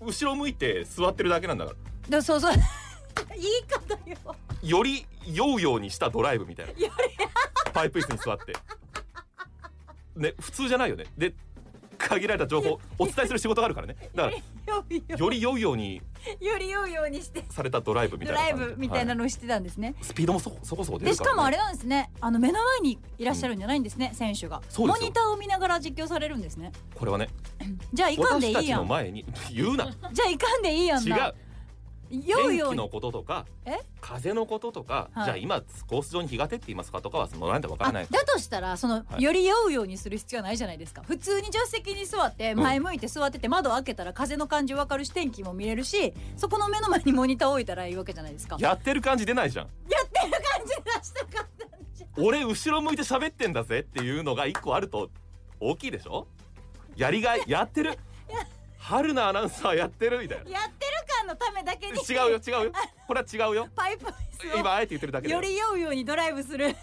Speaker 3: 後ろ向いて座ってるだけなんだから
Speaker 2: でそう *laughs* そう言い方よ
Speaker 3: より酔うようにしたドライブ
Speaker 2: *laughs*
Speaker 3: みたいなパイプ椅子に座ってね普通じゃないよねで限られた情報お伝えする仕事があるからねだから
Speaker 2: より
Speaker 3: より酔うように
Speaker 2: より酔うようにして
Speaker 3: されたドライブみた
Speaker 2: ド
Speaker 3: いな
Speaker 2: ライ
Speaker 3: 感じ
Speaker 2: ブみたいな
Speaker 3: は
Speaker 2: のをしてたんですね、
Speaker 3: いスピードもそそこそこ出
Speaker 2: で
Speaker 3: る
Speaker 2: し
Speaker 3: から、
Speaker 2: かもあれなんですねあの目の前にいらっしゃるんじゃないんですね、選手が
Speaker 3: そうで
Speaker 2: モ
Speaker 3: すよ
Speaker 2: ニターを見ながら実況されるんですね
Speaker 3: これはね
Speaker 2: じゃあいかんでい
Speaker 3: 私た
Speaker 2: い
Speaker 3: ち
Speaker 2: や
Speaker 3: の
Speaker 2: ん
Speaker 3: 前に言うな
Speaker 2: じゃあいかんでいいやん
Speaker 3: 違
Speaker 2: な
Speaker 3: う
Speaker 2: 酔うよう
Speaker 3: 天気
Speaker 2: に
Speaker 3: のこととか
Speaker 2: え
Speaker 3: 風のこととか、
Speaker 2: はい
Speaker 3: じゃあ今コース上に日が照っていますかとかはそのなんてわか
Speaker 2: あ
Speaker 3: らない
Speaker 2: だとしたらその、
Speaker 3: はい
Speaker 2: より酔うようにする必要はないじゃないですか普通に助手席に座って
Speaker 3: ん
Speaker 2: 前向いて座ってて窓開けたら風の感じ分かるし天気も見れるしそこの目の前にモニター置いたらいいわけじゃないですかや
Speaker 3: やってる感じ出ないじゃん
Speaker 2: ってる感じ出したかったんじゃ
Speaker 3: 俺後ろ向いて喋ってんだぜっていうのが一個あると大きいでしょやり
Speaker 2: *laughs*
Speaker 3: がいやってる春菜アナウンサーやってるみたいな
Speaker 2: やってる感のためだけに
Speaker 3: 違うよ違うよこれは違うよ
Speaker 2: パイプ椅
Speaker 3: 今
Speaker 2: 子
Speaker 3: あえて言ってるだけ
Speaker 2: を
Speaker 3: で
Speaker 2: より酔うようにドライブする *laughs*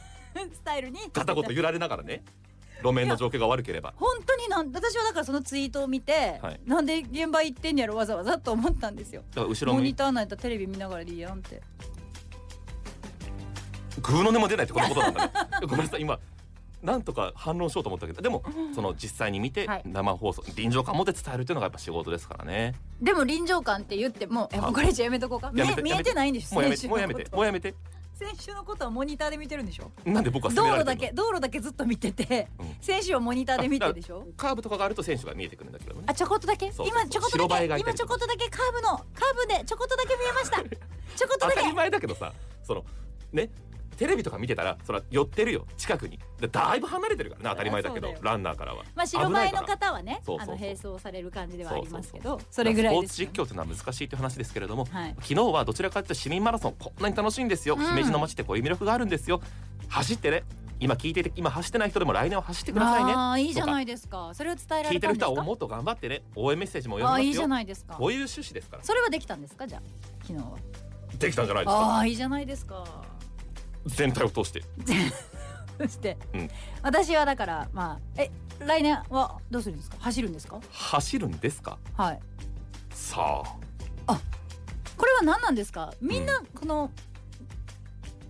Speaker 2: スタイルに
Speaker 3: 片言揺られながらね路面の状況が悪ければ
Speaker 2: 本当になん私はだからそのツイートを見て、
Speaker 3: はい
Speaker 2: なんで現場行ってんやろわざわざと思ったんですよ
Speaker 3: だから後ろ
Speaker 2: モ
Speaker 3: 向
Speaker 2: ニ
Speaker 3: いて
Speaker 2: ターないとテレビ見ながらでいいやんって
Speaker 3: グーの音も出ないってこのことなんだねごめんなさい今なんとか反論しようと思ったけどでもその実際に見て
Speaker 2: はい
Speaker 3: 生放送臨場感持って伝えるっていうのがやっぱ仕事ですからね
Speaker 2: でも臨場感って言ってもえもうこれ以上やめとこうか見
Speaker 3: やめて
Speaker 2: 見
Speaker 3: や
Speaker 2: え
Speaker 3: めて
Speaker 2: てないんでしょ
Speaker 3: もうやめ
Speaker 2: 選手の
Speaker 3: てもうやめ
Speaker 2: こ
Speaker 3: て
Speaker 2: と
Speaker 3: もうやめて
Speaker 2: 選手のことはモニターで見てるんでしょ
Speaker 3: なんで僕は責
Speaker 2: 道
Speaker 3: めら
Speaker 2: 路
Speaker 3: れて
Speaker 2: だけ
Speaker 3: るの
Speaker 2: 道路だけずっと見てて、
Speaker 3: うん
Speaker 2: 選手をモニターで見てるでしょ
Speaker 3: カーブとかがあると選手が見えてくるんだけどね
Speaker 2: あちょこっとだけ
Speaker 3: そうそうそう
Speaker 2: 今ちょこっと
Speaker 3: 白
Speaker 2: だ
Speaker 3: バ
Speaker 2: け
Speaker 3: イがいた
Speaker 2: 今
Speaker 3: り
Speaker 2: ちょ
Speaker 3: と
Speaker 2: こ
Speaker 3: か
Speaker 2: っとだけカーブのカーブでちょこっとだけ見えましたち
Speaker 3: *laughs*
Speaker 2: ょこっと
Speaker 3: 当
Speaker 2: だけ
Speaker 3: たり前だけどさそのねテレビとか見てたらそら寄ってるよ近くにでだいぶ離れてるからね当たり前だけど
Speaker 2: そうだよ
Speaker 3: ランナーからは
Speaker 2: まあ白バイの
Speaker 3: 危ないから
Speaker 2: 方はね
Speaker 3: そうそうそう
Speaker 2: あの並走される感じではありますけどそ
Speaker 3: そ
Speaker 2: れぐらいで
Speaker 3: ス
Speaker 2: す
Speaker 3: ポ
Speaker 2: よ
Speaker 3: ーツ実況っていうのは難しいっていう話ですけれども、
Speaker 2: はい
Speaker 3: 昨日はどちらかというと市民マラソンこんなに楽しいんですよ、
Speaker 2: うん
Speaker 3: 姫路の街ってこういう魅力があるんですよ走ってね今聞いてて今走ってない人でも来年は走ってくださいね
Speaker 2: あーいいじゃない
Speaker 3: と
Speaker 2: ですかそれを伝え
Speaker 3: から聞
Speaker 2: れ
Speaker 3: いて
Speaker 2: たん
Speaker 3: る
Speaker 2: です
Speaker 3: 人
Speaker 2: か
Speaker 3: はおもっと頑張ってね応援メッセージも
Speaker 2: あ
Speaker 3: 読
Speaker 2: ー
Speaker 3: み
Speaker 2: いい
Speaker 3: ます
Speaker 2: じ
Speaker 3: よ
Speaker 2: ゃないですか
Speaker 3: こういう趣旨ですから
Speaker 2: それはできたんですかじゃあ昨日は
Speaker 3: できたんじゃないですか
Speaker 2: ああーいいじゃないですか *laughs*
Speaker 3: 全体を通して
Speaker 2: そして、
Speaker 3: うん
Speaker 2: 私はだからまあえ来年はどうするんですか走るんですか
Speaker 3: 走るんですか
Speaker 2: はい
Speaker 3: さあ
Speaker 2: これは何なんですかみんなこの、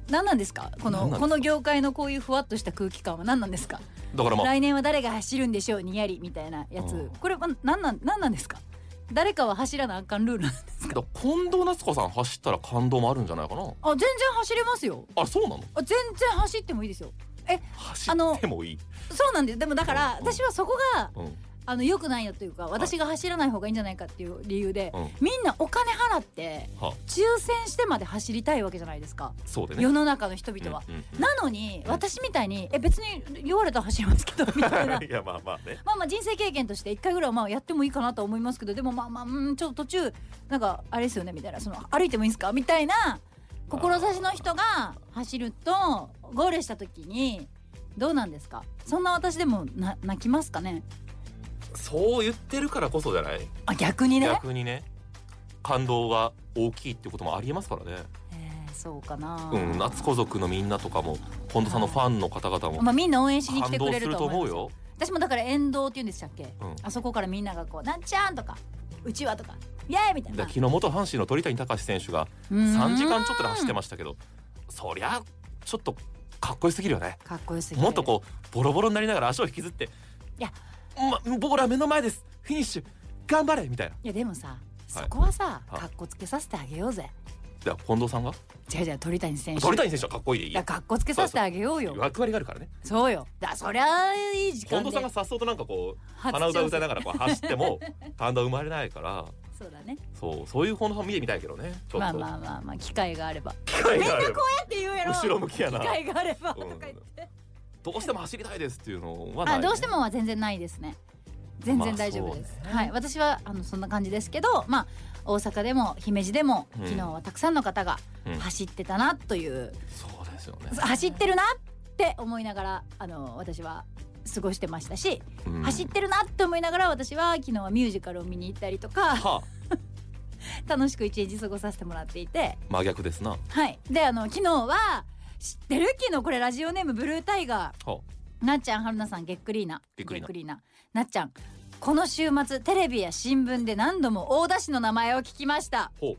Speaker 2: 何なんですかこ
Speaker 3: 何なん
Speaker 2: の
Speaker 3: ですか
Speaker 2: この業界のこういうふわっとした空気感は何なんですか
Speaker 3: だからまあ
Speaker 2: 来年は誰が走るんでしょうにやりみたいなや
Speaker 3: う
Speaker 2: つ
Speaker 3: ん
Speaker 2: これは何なん何なんですか誰かは走らなあかんルールなんですか
Speaker 3: だから近藤夏子さん走ったら感動もあるんじゃないかな
Speaker 2: あ全然走れますよ
Speaker 3: あそうなの
Speaker 2: あ全然走ってもいいですよ
Speaker 3: 走
Speaker 2: あの
Speaker 3: ってもいい、
Speaker 2: そうなんですでもだから
Speaker 3: うんうん
Speaker 2: 私はそこが
Speaker 3: うん
Speaker 2: あの良くないよというか私が走らない方がいいんじゃないかっていう理由で、
Speaker 3: うん、
Speaker 2: みんなお金払って
Speaker 3: は
Speaker 2: 抽選してまで走りたいわけじゃないですか
Speaker 3: そうでね
Speaker 2: 世の中の人々は。
Speaker 3: うんうん
Speaker 2: なのに
Speaker 3: うん
Speaker 2: 私みたいに「え別に言われたら走りますけど」みたいな
Speaker 3: *laughs* いやまあまあね
Speaker 2: *laughs* まあまあ人生経験として1回ぐらいはまあやってもいいかなとは思いますけどでもまあまあうんちょっと途中なんかあれですよねみたいなその歩いてもいいですかみたいな志の人が走るとゴールした時にどうなんですかそんな私でもな泣きますかね
Speaker 3: そう言ってるからこそじゃない、
Speaker 2: あ逆にね、
Speaker 3: 逆にね感動が大きいってこともありえますからね
Speaker 2: えーそうかな、
Speaker 3: うん夏子族のみんなとかも近藤さんのファンの方々も
Speaker 2: まあ、みんな応援しに来
Speaker 3: 感
Speaker 2: てく
Speaker 3: 動
Speaker 2: れる
Speaker 3: する
Speaker 2: と
Speaker 3: と
Speaker 2: 思
Speaker 3: 思
Speaker 2: う
Speaker 3: う
Speaker 2: よ
Speaker 3: よ
Speaker 2: 私もだから沿道って言うんでしたっけ、
Speaker 3: うん
Speaker 2: あそこからみんながこう「なんちゃん」とか「うちわ」とか「イエーイ!」みたい
Speaker 3: だから
Speaker 2: な
Speaker 3: 昨日元阪神の鳥谷敬選手が
Speaker 2: 3
Speaker 3: 3時間ちょっとで走ってましたけどそりゃちょっとかっこよすぎるよね
Speaker 2: かっこよすぎる
Speaker 3: もっとこうボロボロになりながら足を引きずって
Speaker 2: いや
Speaker 3: ま、ボーラー目の前ですフィニッシュ頑張れみたいな。
Speaker 2: いやでもさそこはさ、
Speaker 3: はい
Speaker 2: かっこつけさせてあげようぜ
Speaker 3: じゃあ近藤さんが
Speaker 2: 違う違う鳥谷選手
Speaker 3: 鳥谷選手はかっこいい
Speaker 2: いやかっこつけさせてあげようよ
Speaker 3: 役割があるからね
Speaker 2: そうよだそりゃあいい時
Speaker 3: 近
Speaker 2: 間で
Speaker 3: 藤さんがさっそうとなんかこう
Speaker 2: 初
Speaker 3: 鼻歌
Speaker 2: 挑
Speaker 3: 歌いな
Speaker 2: 戦
Speaker 3: がらこう走って
Speaker 2: *laughs*
Speaker 3: も感動生まれないから
Speaker 2: そうだね
Speaker 3: そうそういう近藤さん見てみたいけどねちょ
Speaker 2: ま
Speaker 3: っ
Speaker 2: あ
Speaker 3: と
Speaker 2: まあまあまあ機会があれば
Speaker 3: 機会があれば
Speaker 2: って言うやろ
Speaker 3: 後ろ向きやな
Speaker 2: 機会があれば
Speaker 3: う
Speaker 2: と
Speaker 3: ん
Speaker 2: か言って、
Speaker 3: どうしても走りたいですっていうのはない、
Speaker 2: あ
Speaker 3: ね、
Speaker 2: どうしてもは全然ないですね全然大丈夫です、
Speaker 3: まあそうね
Speaker 2: はい私はあのそんな感じですけどまあ大阪でも姫路でも
Speaker 3: うん
Speaker 2: 昨日はたくさんの方が
Speaker 3: うん
Speaker 2: 走ってたなという、
Speaker 3: そうですよね、
Speaker 2: 走ってるなって思いながらあの私は過ごしてましたし、
Speaker 3: うん
Speaker 2: 走ってるなって思いながら私は昨日はミュージカルを見に行ったりとか
Speaker 3: はあ
Speaker 2: 楽しく一日過ごさせてもらっていて
Speaker 3: 真逆ですなは
Speaker 2: はいであの昨日は知ってる昨日これラジオネームブルータイガー
Speaker 3: あ
Speaker 2: なっちゃんはるなさんげっくりーな
Speaker 3: げっくりーな
Speaker 2: なっちゃんこの週末テレビや新聞で何度も大田市の名前を聞きました
Speaker 3: ほ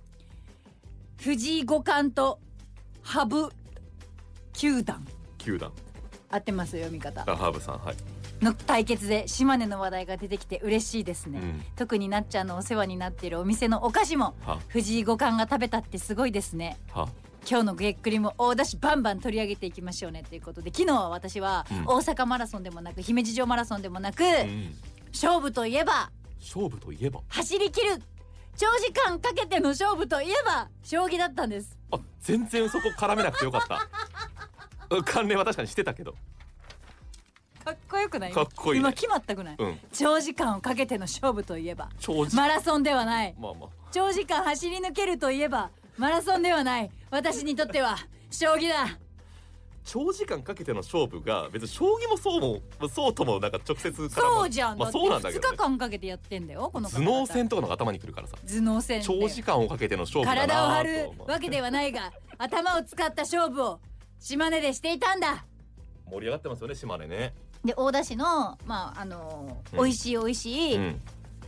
Speaker 2: 藤井五冠と羽生九段
Speaker 3: う球団
Speaker 2: 合ってます読み方
Speaker 3: あハーブさんはい、
Speaker 2: の対決で島根の話題が出てきて嬉しいです
Speaker 3: う
Speaker 2: ね、
Speaker 3: ん、
Speaker 2: 特になっちゃんのお世話になっているお店のお菓子も
Speaker 3: は
Speaker 2: 藤井五冠が食べたってすごいですね
Speaker 3: は
Speaker 2: 今日のげっくりも大田市バンバン取り上げていきましょうねということで昨日は私は
Speaker 3: うん
Speaker 2: 大阪マラソンでもなく姫路城マラソンでもなく、
Speaker 3: うん、
Speaker 2: 勝負といえば
Speaker 3: 勝負といえば
Speaker 2: 走り切る長時間かけての勝負といえば将棋だったんです
Speaker 3: あ全然そこ絡めなくてよかったうん関連は確かにしてたけど
Speaker 2: かっこよくない
Speaker 3: かっこいいね
Speaker 2: 今決まったくない、
Speaker 3: うん
Speaker 2: 長時間をかけての勝負といえば
Speaker 3: 長時
Speaker 2: マラソンではない
Speaker 3: まあまあ
Speaker 2: 長時間走り抜けるといえばマラソンではない私にとっては将棋だ
Speaker 3: 長時間かけての勝負が別に将棋もそうもまあそうともなんか直接絡ま
Speaker 2: そうじゃん、
Speaker 3: まあ、
Speaker 2: だ
Speaker 3: そうなん
Speaker 2: っ
Speaker 3: だ
Speaker 2: て
Speaker 3: け
Speaker 2: 2
Speaker 3: ど、
Speaker 2: 日
Speaker 3: ね、
Speaker 2: 間かけてやってんだよこの方
Speaker 3: 頭
Speaker 2: 々
Speaker 3: 脳戦とかのが頭にくるからさ
Speaker 2: 頭脳戦で
Speaker 3: 長時間をかけての勝負だ
Speaker 2: 体を
Speaker 3: な
Speaker 2: 張
Speaker 3: と
Speaker 2: る
Speaker 3: 思う
Speaker 2: わけではないが頭を使った勝負を島根でしていたんだ
Speaker 3: 盛り上がってますよね島根ね、
Speaker 2: で大田市の、まああのー
Speaker 3: うん
Speaker 2: 美味しい美味しい、
Speaker 3: うん、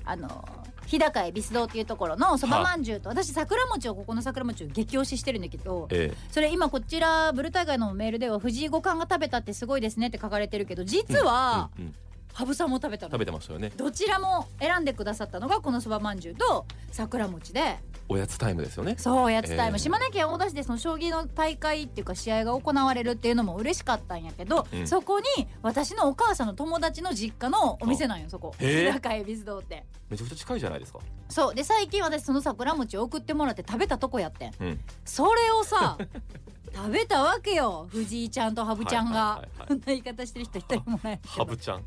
Speaker 2: あのー日高恵比寿堂っていうところのそばまんじゅうと私桜餅をここの桜餅を激推ししてるんだけど
Speaker 3: え
Speaker 2: それ今こちらブルータイガーのメールでは藤井五冠が食べたってすごいですねって書かれてるけど実
Speaker 3: え
Speaker 2: は
Speaker 3: うんうん
Speaker 2: 羽生さんも食べたの
Speaker 3: 食べてましたよね
Speaker 2: どちらも選んでくださったのがこのそばまんじゅうと桜餅で
Speaker 3: おやつタイムですよね
Speaker 2: そうおやつタイム、
Speaker 3: えー
Speaker 2: 島根県大田市でその将棋の大会っていうか試合が行われるっていうのも嬉しかったんやけど、
Speaker 3: うん
Speaker 2: そこに私のお母さんの友達の実家のお店なんよそこ
Speaker 3: へ
Speaker 2: 日
Speaker 3: え
Speaker 2: 高恵比寿堂って
Speaker 3: めちゃくちゃ近いじゃないですか
Speaker 2: そうで最近私その桜餅を送ってもらって食べたとこやってん
Speaker 3: うん
Speaker 2: それを
Speaker 3: *laughs*
Speaker 2: さ食べたわけよ藤井ちゃんと羽生ちゃん
Speaker 3: は
Speaker 2: が
Speaker 3: いはいはいはい
Speaker 2: そんな言い方してる人一人も
Speaker 3: *laughs*
Speaker 2: ないけ
Speaker 3: ハ
Speaker 2: ど
Speaker 3: ブちゃん、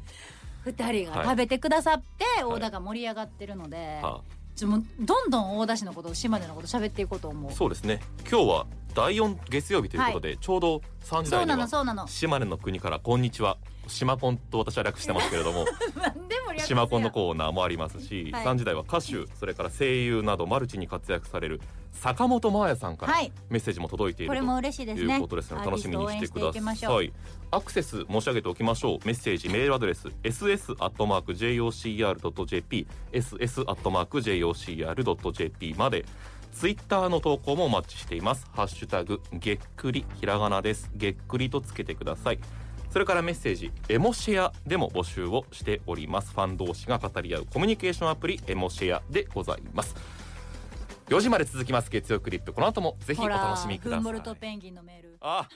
Speaker 2: 2人が
Speaker 3: はい
Speaker 2: 食べてくださって
Speaker 3: はい
Speaker 2: 大田が盛り上がってるので、
Speaker 3: は
Speaker 2: ちょもうどんどん大田市のこと島根のこと喋っていこうと思う
Speaker 3: あ、そうですね今日は第四月曜日ということで、ちょうど3時
Speaker 2: そう
Speaker 3: 台に
Speaker 2: なの
Speaker 3: は
Speaker 2: そうなの
Speaker 3: 島根の国からこんにちは島コンと私は略してますけれ
Speaker 2: *laughs*
Speaker 3: ども
Speaker 2: なんでもリアクション
Speaker 3: 島コンのコーナーもありますし、
Speaker 2: はい
Speaker 3: 3時台は歌手それから声優などマルチに活躍される坂本真綾さんから
Speaker 2: はい
Speaker 3: メッセージも届いてい
Speaker 2: こ
Speaker 3: る
Speaker 2: れ
Speaker 3: と
Speaker 2: も嬉しいですね
Speaker 3: いうことですので、
Speaker 2: アー
Speaker 3: 楽
Speaker 2: ティス
Speaker 3: しみ
Speaker 2: トを
Speaker 3: に
Speaker 2: 応
Speaker 3: し
Speaker 2: 援
Speaker 3: て
Speaker 2: して
Speaker 3: く
Speaker 2: い
Speaker 3: だ
Speaker 2: きましょう
Speaker 3: さい。アクセス申し上げておきましょう。メッセージ、メールアドレス、ss アットマーク jocr ドット jp、ss アットマーク jocr ドット jp まで。ツイッターの投稿もお待ちしています。ハッシュタグげっくりひらがなです。げっくりとつけてください。それからメッセージエモシェアでも募集をしております。ファン同士が語り合うコミュニケーションアプリエモシェアでございます。4時まで続きます月曜クリップ。この後もぜひお楽しみくだ
Speaker 2: ほら
Speaker 3: さい。
Speaker 2: フンボルトペンギンのメール
Speaker 3: あ